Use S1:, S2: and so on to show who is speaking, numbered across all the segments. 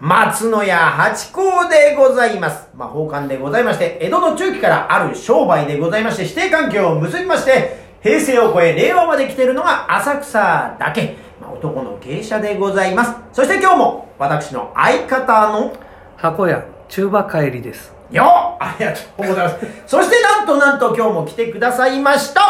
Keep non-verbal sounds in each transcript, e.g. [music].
S1: 松野屋八甲でございます。まあ、宝冠でございまして、江戸の中期からある商売でございまして、指定環境を結びまして、平成を超え令和まで来ているのが浅草だけ、まあ、男の芸者でございます。そして今日も、私の相方の、
S2: 箱屋中馬帰りです
S1: よっありがとうございます。そしてなんとなんと今日も来てくださいました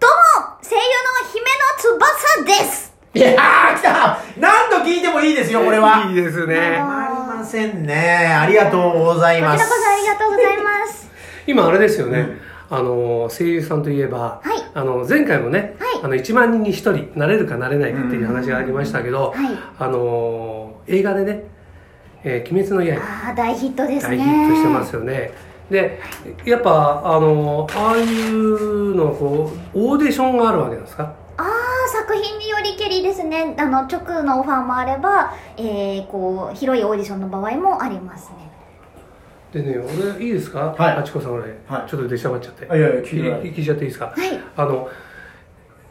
S3: どうも声優の姫の翼です
S1: いやー来た何度聞いてもいいですよ、これは。
S2: いいですね
S1: ありませんね。ありがとうござい
S3: こ
S1: ま
S3: ちら
S1: す
S3: こ。そありがとうございます
S2: 今あれですよね、
S1: うん
S2: あの声優さんといえば、
S3: はい
S2: あの前回もね、
S3: はい
S2: あの1万人に1人なれるかなれないかっていう話がありましたけど、
S3: うんはい
S2: あの映画でね「えー鬼滅の刃」
S3: ああ大ヒットですね
S2: 大ヒットしてますよね。でやっぱあのああいうのこうオーディションがあるわけなんですか
S3: ああ作品によりけりですねあの直のオファーもあれば、えー、こう広いオーディションの場合もありますね
S2: でね俺いいですか、
S1: はい
S2: あちこさん俺、
S1: はい
S2: ちょっと出しゃばっちゃって
S1: あいやいや聞いてください
S2: 聞いちゃっていいですか
S3: はい
S2: あの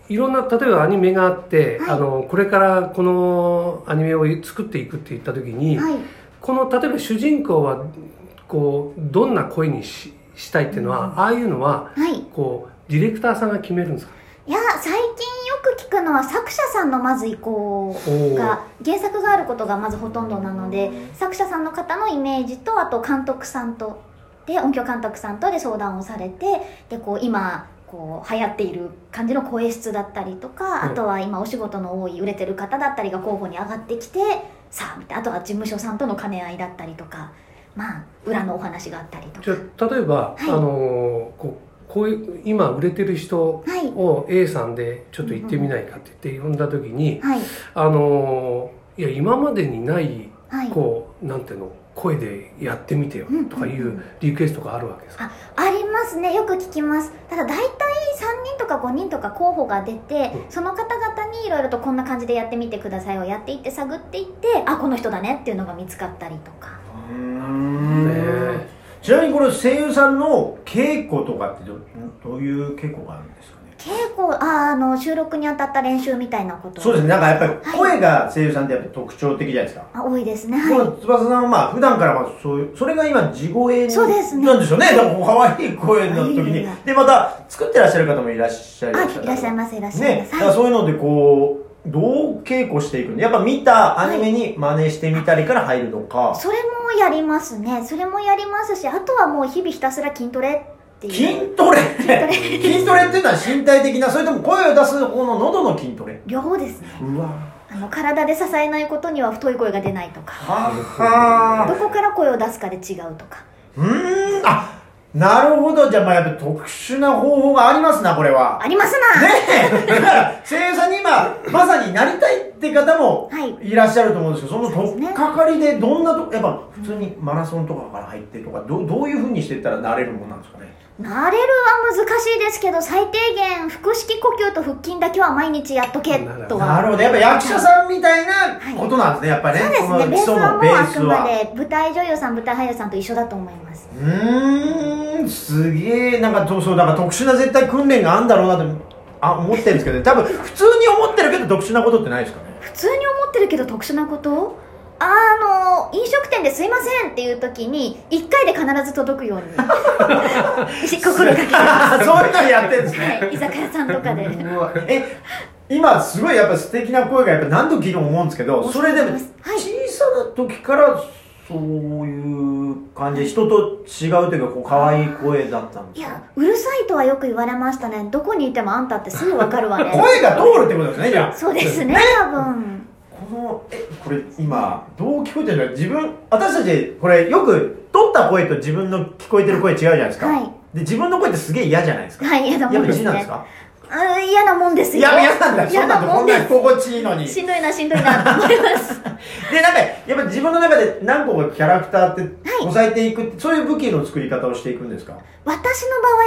S2: いろんな例えばアニメがあって、
S3: はい
S2: あのこれからこのアニメを作っていくって言った時に、
S3: はい
S2: この例えば主人公はこうどんな声にししたいっていうのは、ああいうのは
S3: はい
S2: こうディレクターさんが決めるんですか
S3: いや最近よく聞くのは作者さんのまず意向
S2: おー
S3: が原作があることがまずほとんどなので作者さんの方のイメージとあと監督さんとで音響監督さんとで相談をされてでこう今こう流行っている感じの声質だったりとか
S2: うん
S3: あとは今お仕事の多い売れてる方だったりが候補に上がってきてさあみたいなあとは事務所さんとの兼ね合いだったりとかまあ裏のお話があったりと
S2: じゃ
S3: か。
S2: あ例えば、
S3: はい
S2: あのこうこういう今売れてる人
S3: はい
S2: を A さんでちょっと行ってみないかって言って呼んだ時に、
S3: はい
S2: あのいや今までにない
S3: はい
S2: こうなんていうの声でやってみてよ
S3: うん
S2: とかいうリクエストがあるわけですか、
S3: あありますねよく聞きますただ大体3人とか5人とか候補が出て
S2: う
S3: その方々にいろいろとこんな感じでやってみてくださいをやっていって探っていってあこの人だねっていうのが見つかったりとか
S1: うーん
S2: ねえ
S1: ちなみにこれ声優さんの稽古とかってどどういう稽古があるんですかね
S3: 稽古ああの収録に当たった練習みたいなこと
S1: そうですねなんかやっぱり
S3: は
S1: 声が声優さんってやっぱり特徴的じゃないですか、
S3: あ多いですね
S1: こ
S3: は
S1: の翼さんはまあ普段からまあそういうそれが今地声に
S3: そうですね
S1: なんでしょうねだから可愛い声の時
S3: いやい
S1: に
S3: やいや
S1: でまた作ってらっしゃる方もいらっしゃい
S3: いあいらっしゃいますいらっしゃいま
S1: ね
S3: す、
S1: だ
S3: は
S1: か
S3: い
S1: らそういうのでこうどう稽古していくのやっぱ見たアニメに真似してみたりから入るのか、
S3: それもやりますねそれもやりますしあとはもう日々ひたすら筋トレっていう
S1: 筋トレ筋トレっていうのは身体的なそれとも声を出す方の喉の筋トレ
S3: 両方ですね
S1: うわ
S3: あの体で支えないことには太い声が出ないとか
S1: は
S3: ど
S1: は
S3: こから声を出すかで違うとか
S1: うーんあなるほどじゃあまあやっぱ特殊な方法がありますなこれは
S3: ありますな、
S1: ねえだから声優さんに今まさになりたいって方も
S3: はい
S1: いらっしゃると思うんですけどその
S3: そう
S1: 取
S3: ですね
S1: っかかりでどんなとやっぱ普通にマラソンとかから入ってとかどうどういうふうにしていったらなれるもんなんですかね
S3: 慣れるは難しいですけど最低限腹式呼吸と腹筋だけは毎日やっとけと
S1: な
S3: は
S1: るほどやっぱ役者さんみたいなことなんですねやっぱりね
S3: そうですねベース
S1: そ
S3: は
S1: の基礎の
S3: もう
S1: ベ
S3: あ
S1: ース
S3: くま
S1: は
S3: で舞台女優さん舞台俳優さんと一緒だと思います
S1: うーんすげえなんかそうそうなんか特殊な絶対訓練があるんだろうなってあ思ってるんですけど、ね、多分普通に思ってるけど特殊なことってないですかね
S3: 普通に思ってるけど特殊なことあの飲食店ですいませんっていう時に1回で必ず届く
S1: [laughs]
S3: ように心がけてま
S1: あ [laughs] そういうのやってるんです
S3: す、
S1: ね
S3: はい、居酒屋さんとかで
S1: うわえ今すごいやっぱ素敵な声がやっぱ何度聞いても思うんですけどそれでも
S3: はい
S1: 小さな時からそういう感じで人と違うというかこう可愛い声だったんで
S3: い
S1: すか
S3: やうるさいとはよく言われましたねどこにいてもあんたってすぐわかるわね
S1: 声が通るってことですねじゃあ
S3: そうですね多分
S1: このえこれ今どう聞こえてるのか自分私たちこれよく取った声と自分の聞こえてる声違うじゃないですか、
S3: はい
S1: で自分の声ってすげえ嫌じゃないですか
S3: はい、嫌なも
S1: やっ
S3: ん
S1: ぱ
S3: です
S1: 嫌
S3: ね。
S1: なんですか
S3: うん嫌なもんです
S1: い
S3: よ。
S1: や嫌なんだそ
S3: 嫌
S1: んな
S3: なん
S1: とこ
S3: もん
S1: ん
S3: で
S1: なに
S3: す。
S1: 心地いいのに
S3: しんどいな、しんどいな、思います。
S1: でなんかやっぱ自分の中で何個かキャラクターって
S3: はい
S1: 抑えていくって、そういう武器の作り方をしていくんですか
S3: 私の場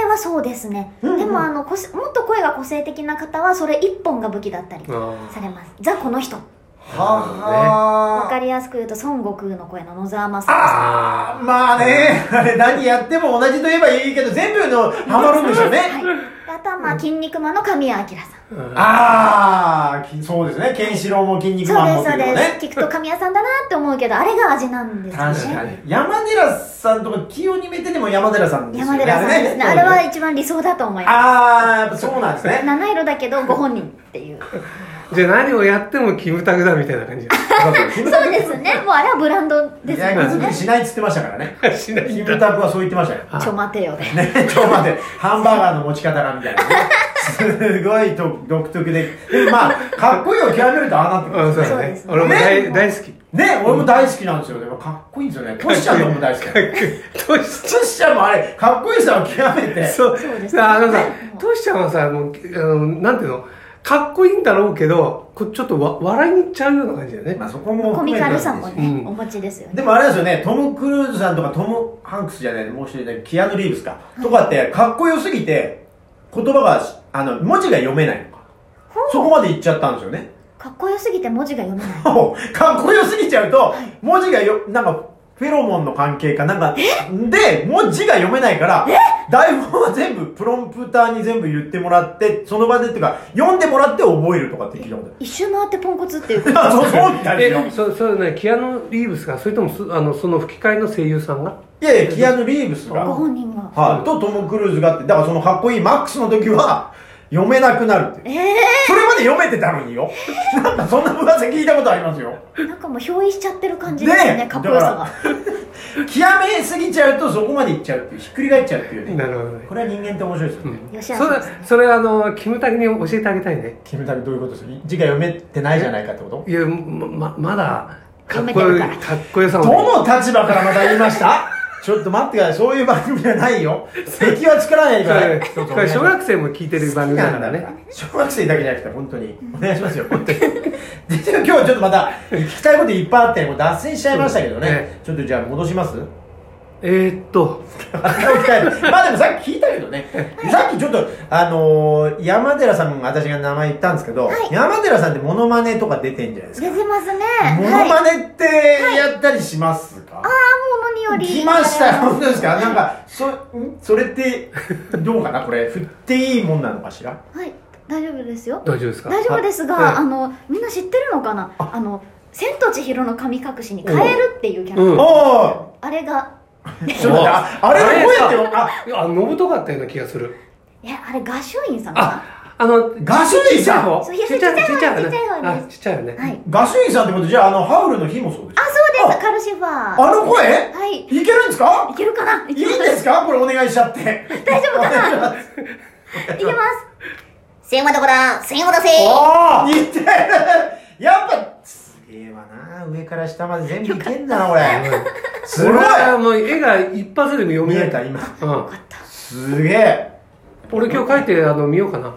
S3: 合はそうですね。
S1: うんうん
S3: でも、あの、こせもっと声が個性的な方は、それ一本が武器だったり
S2: あー
S3: されます。ザ・この人。わ
S1: は
S3: かりやすく言うと、孫悟空の声の野沢雅子さん。
S1: あーまあねあれ何やっても同じと言えばいいけど全部のハマるんでしょうね
S3: はい。あ方、まあ、筋肉マンの神谷明さん。
S2: うん
S1: ああ、きそうですね。ケンシロウも筋肉
S3: そう
S1: マン
S3: で
S1: も
S3: す、そ
S1: っ
S3: う
S1: ていうの
S3: で
S1: ね。
S3: す。聞くと神谷さんだなって思うけど、あれが味なんですよ
S1: 確
S3: ね。
S1: かに。山寺さんとか器用に見てても山寺さんですよ
S3: 山
S1: ね。
S3: 寺さんですね。あれ
S1: そう
S3: は
S1: ね
S3: 一番理想だと思いま
S1: あー、やっぱそうなんです
S3: す。
S1: ね。
S3: 七色だけど、ご本人っていう。
S2: じゃあ何をやってもキムタクだみたいな感じ
S3: [laughs] そうですね。もうあれはブランドですよ
S1: 役作り
S3: ね。
S1: しないっつってましたからね。
S2: しない
S1: キ
S2: ん
S1: ム
S2: だ
S1: タクはそう言ってましたよ。
S3: ちょ待て
S1: [laughs]
S3: よで。
S1: ね、ちょっと待って、ハンバーガーの持ち方がみたいなね。すごいと独特で。でまあ、かっこいいを極めるとああなってくるん
S2: うん
S1: です
S2: そ
S1: ね
S2: うだね俺
S3: そうですね
S2: も
S1: ね
S2: 大大好き [laughs]
S1: ね、俺も大好きなんですよ。でもかっこいいんですよね。トシちゃんのも大好き。ト
S2: トシ
S1: シちゃんもあれ、かっこいいさを極めて。
S2: そう
S3: そうですね
S2: あのさ
S3: もう
S2: トシちゃんはさもうあのなんていうのかっこいいんだろうけどこうちょっとわ笑いに行っちゃうような感じだよね
S1: まあそこも
S3: コ
S1: 含
S3: ミ
S1: めて
S3: カ
S1: なんで
S3: ル
S1: すよ
S3: さもね、
S2: うん
S3: お持ちですよね。
S1: でもあれですよね、トム・クルーズさんとかトム・ハンクスじゃない、もう一人だけキアヌ・リーブスか。とかって、かっこよすぎて、言葉が、あの、文字が読めないのか。そこまでいっちゃったんですよね。
S3: かっこよすぎて文字が読めない。
S1: もうかっこよすぎちゃうと、文字がよ、なんか、フェロモンの関係かなんか、で、文字が読めないから、台本は全部、プロンプターに全部言ってもらって、その場でっていうか、読んでもらって覚えるとかって聞いたこと
S3: 一周回ってポンコツっていう。
S1: ある。 [laughs] そう、そうみたいですよ
S2: えそそれねキアヌ・リーブスがそれともすあのその吹き替えの声優さんが
S1: いやいや、キアヌ・リーブスが、
S3: ご
S1: はい、
S3: 本人が。
S1: とトム・クルーズがあって、だからそのかっこいいマックスの時は、読めなくなるって。
S3: ええ
S1: それまで読めてたのによ。 [laughs] なんかそんな噂聞いたことありますよ。
S3: なんかもう憑依しちゃってる感じですよ
S1: ね
S3: ね、かっこよさが。
S1: 極めすぎちゃうとそこまでいっちゃうっていう、ひっくり返っちゃうっていうね。
S2: なるほどね
S1: これは人間って面白いですよね。
S3: よし
S2: そ
S3: あ
S2: れ
S3: しですね。
S2: それあのキムタクに教えてあげたいね
S1: キムタクどういうことですか字が読めてないじゃないかってこと
S2: いやまままだかっこよ
S3: 読めてる
S2: かっこよさをね
S1: どの立場からまた言いましたちょっと待ってください。そういう番組じゃない [laughs] よ。敵は作らないでください。
S2: これ小学生も聞いてる番組だ
S1: な
S2: か
S1: んだ
S2: ら
S1: ね
S2: ね。
S1: [laughs] 小学生だけじゃなくて、本当に。お願いしますよ、本当に。 [laughs] で、今日ちょっとまた、聞きたいこといっぱいあって、もう脱線しちゃいましたけど
S2: そう
S1: ね
S2: ね。
S1: ちょっとじゃあ戻します [laughs]
S2: えーっと
S1: 頭を鍛えるまあでもさっき聞いたけどね、さっきちょっと、あのー山寺さんも私が名前言ったんですけど、
S3: はい
S1: 山寺さんってモノマネとか出てんじゃないですか。
S3: 出てますね。
S1: モ
S3: は
S1: ノ
S3: い。
S1: マネってやったりしますか、
S3: ああ、ものにより。
S1: 来ましたよ、
S3: あれは
S1: 本当ですかなんか、そ、んそれって、どうかなこれ、振っていいもんなのかし
S3: [laughs]
S1: ら
S3: はい、大丈夫ですよ。
S2: 大丈夫ですか
S3: 大丈夫ですが、
S2: はい
S3: あの、みんな知ってるのかなあの、千と千尋の神隠しに変えるっていうキャラ。
S2: うん
S1: お
S3: あれが、
S1: ーちょっと待って、ああれの声ってよ、あ、
S2: いやあのぶとかったような気がする
S3: いや、あれ、画集院さんか
S2: ああの
S1: ガスリーさん
S2: ち
S3: そう
S2: っちゃい方ちっちゃい方
S3: ちっちゃい
S2: ね
S3: 方で
S2: あちっちゃいよね
S3: な。はい。
S1: ガスインさんってことじゃあ、あの、ハウルの日もそうです
S3: あ、
S1: か
S3: そうです、
S1: あ
S3: カルシファー。
S1: あの声
S3: はい。
S1: いけるんですか
S3: いけるかない
S1: いん
S3: けます
S1: ですかこれお願いしちゃって。
S3: 大丈夫かないけます。千はどこだ千は出せ
S1: [laughs] おお似てるやっぱ、すげえわな上から下まで全部いけんだな、これ。すごい
S2: 俺はもう絵が一発でも読
S1: 見
S2: み
S1: え
S2: 上
S1: た、
S2: た
S1: 今。
S2: うん
S1: すげえ
S2: 俺今日書いてあの見ようかな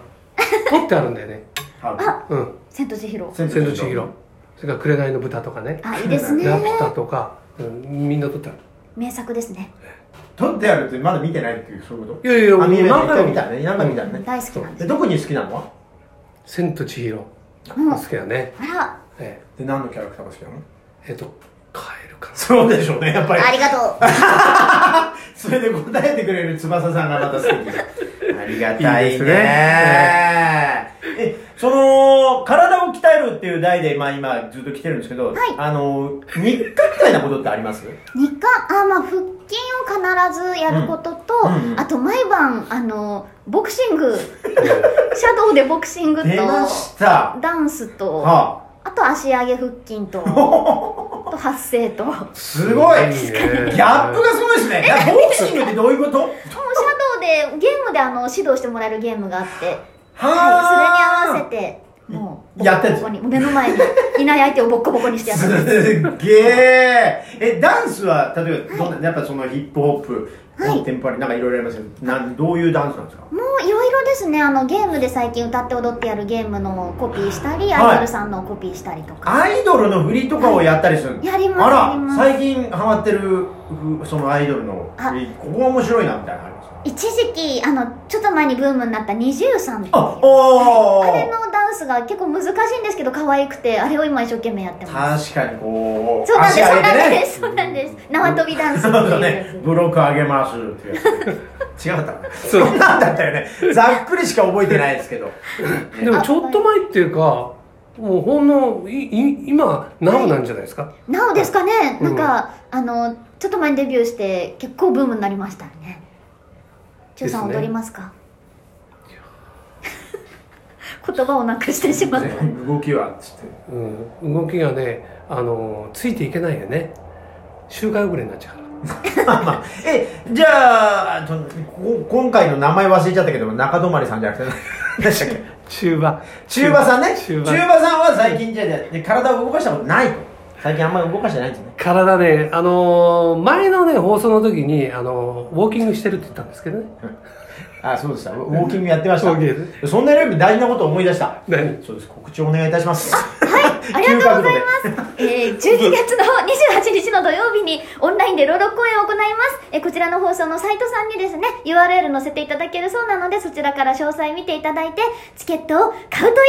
S2: 撮ってあるんだよね
S1: あ、
S2: うん
S3: 千と千尋。
S2: 「千と千尋」それから「紅の豚」とかね
S3: あ、いいです
S2: 「
S3: ね。
S2: ラピュタ」とか、うん、みんな撮ってある
S3: 名作ですね。
S1: 撮ってあるってまだ見てないっていうそういうこと
S2: いやいや
S1: あ見えない
S2: もう何回も
S1: 見たね何回も見たね、
S3: 大好きなんです
S1: で。どこに好きなの
S2: 「千と千尋」
S3: うん。あ
S2: 好きだね、
S3: ら、
S2: え
S1: で何のキャラクターが好きなの
S2: ええっと帰るかな
S1: そうでしょうねやっぱり
S3: ありがとう。
S1: それで答えてくれる翼さんがまた素敵ありがたいね
S2: いいですね
S1: えその体を鍛えるっていう題で、まあ、今ずっと来てるんですけど、
S3: い
S1: あの日課みたいなことってあります
S3: 日課あまあ腹筋を必ずやることと、
S1: うんうんうん
S3: あと毎晩あのボクシングシャドウでボクシングと
S1: 出ました
S3: ダンスとあ
S1: は
S3: と足上げ腹筋とと発声ともうシ
S1: あ、
S3: ャ
S1: [laughs] すごい
S2: す
S1: ギ
S2: ごいね
S1: ャップがすごいですねなボクシングってどういうこと
S3: ドウでゲームであの指導してもらえるゲームがあって、 [laughs] はい、
S1: はあ
S3: それに合わせてもう
S1: やってんの
S3: ボコボコに目の前にいない相手をボッコボコにしてやっ
S1: す
S3: てます
S1: っげええダンスは例えばどんな、やっぱそのヒップホップ、
S3: はい
S1: コンテンポラリーなんかいろいろありますけどなんどういうダンスなんですか
S3: もういろいろですねあのゲームで最近歌って踊ってやるゲームのコピーしたり、
S1: はい
S3: アイドルさんのコピーしたりとか
S1: アイドルの振りとかをやったりするの、
S3: やりますやりま
S1: あら
S3: す
S1: 最近ハマってるふそのアイドルの振りここ面白いなみたいなのあります
S3: 一時期あのちょっと前にブームになった二重さんっていう
S1: あ
S3: あれ
S1: お
S3: のダンスが結構難しいんですけど可愛くてあれを今一生懸命やってます
S1: 確かにこう
S3: そうなんです
S1: 足上げてね
S3: そうなんですそうなんです縄跳びダンスって
S1: そう
S3: い
S1: だ
S3: うや
S1: ね
S3: つ
S1: ブロック上げまますってやつ違うかった
S2: そう
S1: そんなんだったよねざっくりしか覚えてないですけど
S2: でもちょっと前っていうか、もうほんのいい今なおなんじゃないですか、
S3: なおですかねなんか、あのちょっと前にデビューして結構ブームになりましたよね中さん
S2: ですね
S3: 踊りますか
S2: [laughs]
S3: 言葉をなくしてしまった
S1: 動きはつって
S2: うん、動きがねあのついていけないよね周回遅れになっちゃうから
S1: まあまあえじゃああのこ今回の名前忘れちゃったけど中泊さんじゃなくて何でしたっけ
S2: 中盤
S1: 中馬さんね中
S2: 中
S1: 馬
S2: 盤
S1: さんは最近じゃで体を動かしたことないと最近あんまり動かしてないんですね
S2: 体ねあのー前のね放送の時にあのーウォーキングしてるって言ったんですけどね
S1: あそうでしたウォーキングやってまし
S2: ウォーキン
S1: たそんなより大事なことを思い出した
S2: 何
S1: そうです告知をお願いいたします
S3: ありがとうございます。えー、12月の28日の土曜日にオンラインで朗読公演を行います。えーこちらの放送のサイトさんにですね、URL 載せていただけるそうなので、そちらから詳細見ていただいて、チケットを買うといいと思いま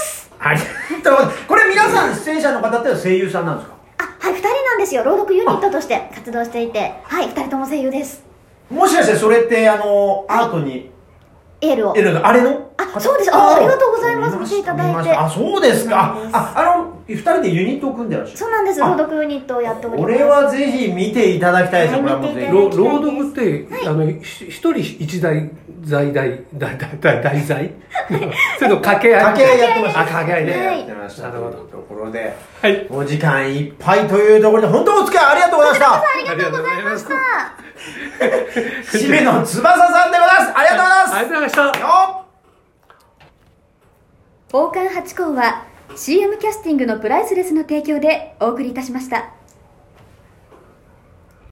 S3: す。
S1: ありがとうござい [laughs] ますこれ皆さん出演者の方って声優さんなんですか
S3: あ、はい、二人なんですよ。朗読ユニットとして活動していて、はい、二人とも声優です。
S1: もしかしてそれってあのアートに
S3: エールを
S1: え。なんかあれの
S3: あそうですあありがとうございます
S1: 見ま
S3: 見ていただいて
S1: 見ましたあそうですか
S3: そうなんです
S1: あああの二人でユニットを組んでらっしゃる
S3: そうなんです。朗読ユニットをやっております。
S1: 俺はぜひ見ていただきたいですよこれはもうぜひ
S2: ろ朗読って、あのひ一人一題在題題題題題材 [laughs] それの掛け合い
S1: 掛け合いやってました
S2: あ掛け合いね、
S3: はい
S1: やってました
S2: な
S1: と
S2: る
S1: い
S2: ほ
S1: う
S2: ど
S1: ところで
S2: はい
S1: お時間いっぱいというところで本当お付き合いありがとうございました
S2: ありがとうございました
S1: 締めの翼さんでございますありがとうございます、
S2: ありがとうございました
S1: よっ
S3: 王冠八甲は CM キャスティングのプライスレスの提供でお送りいたしました。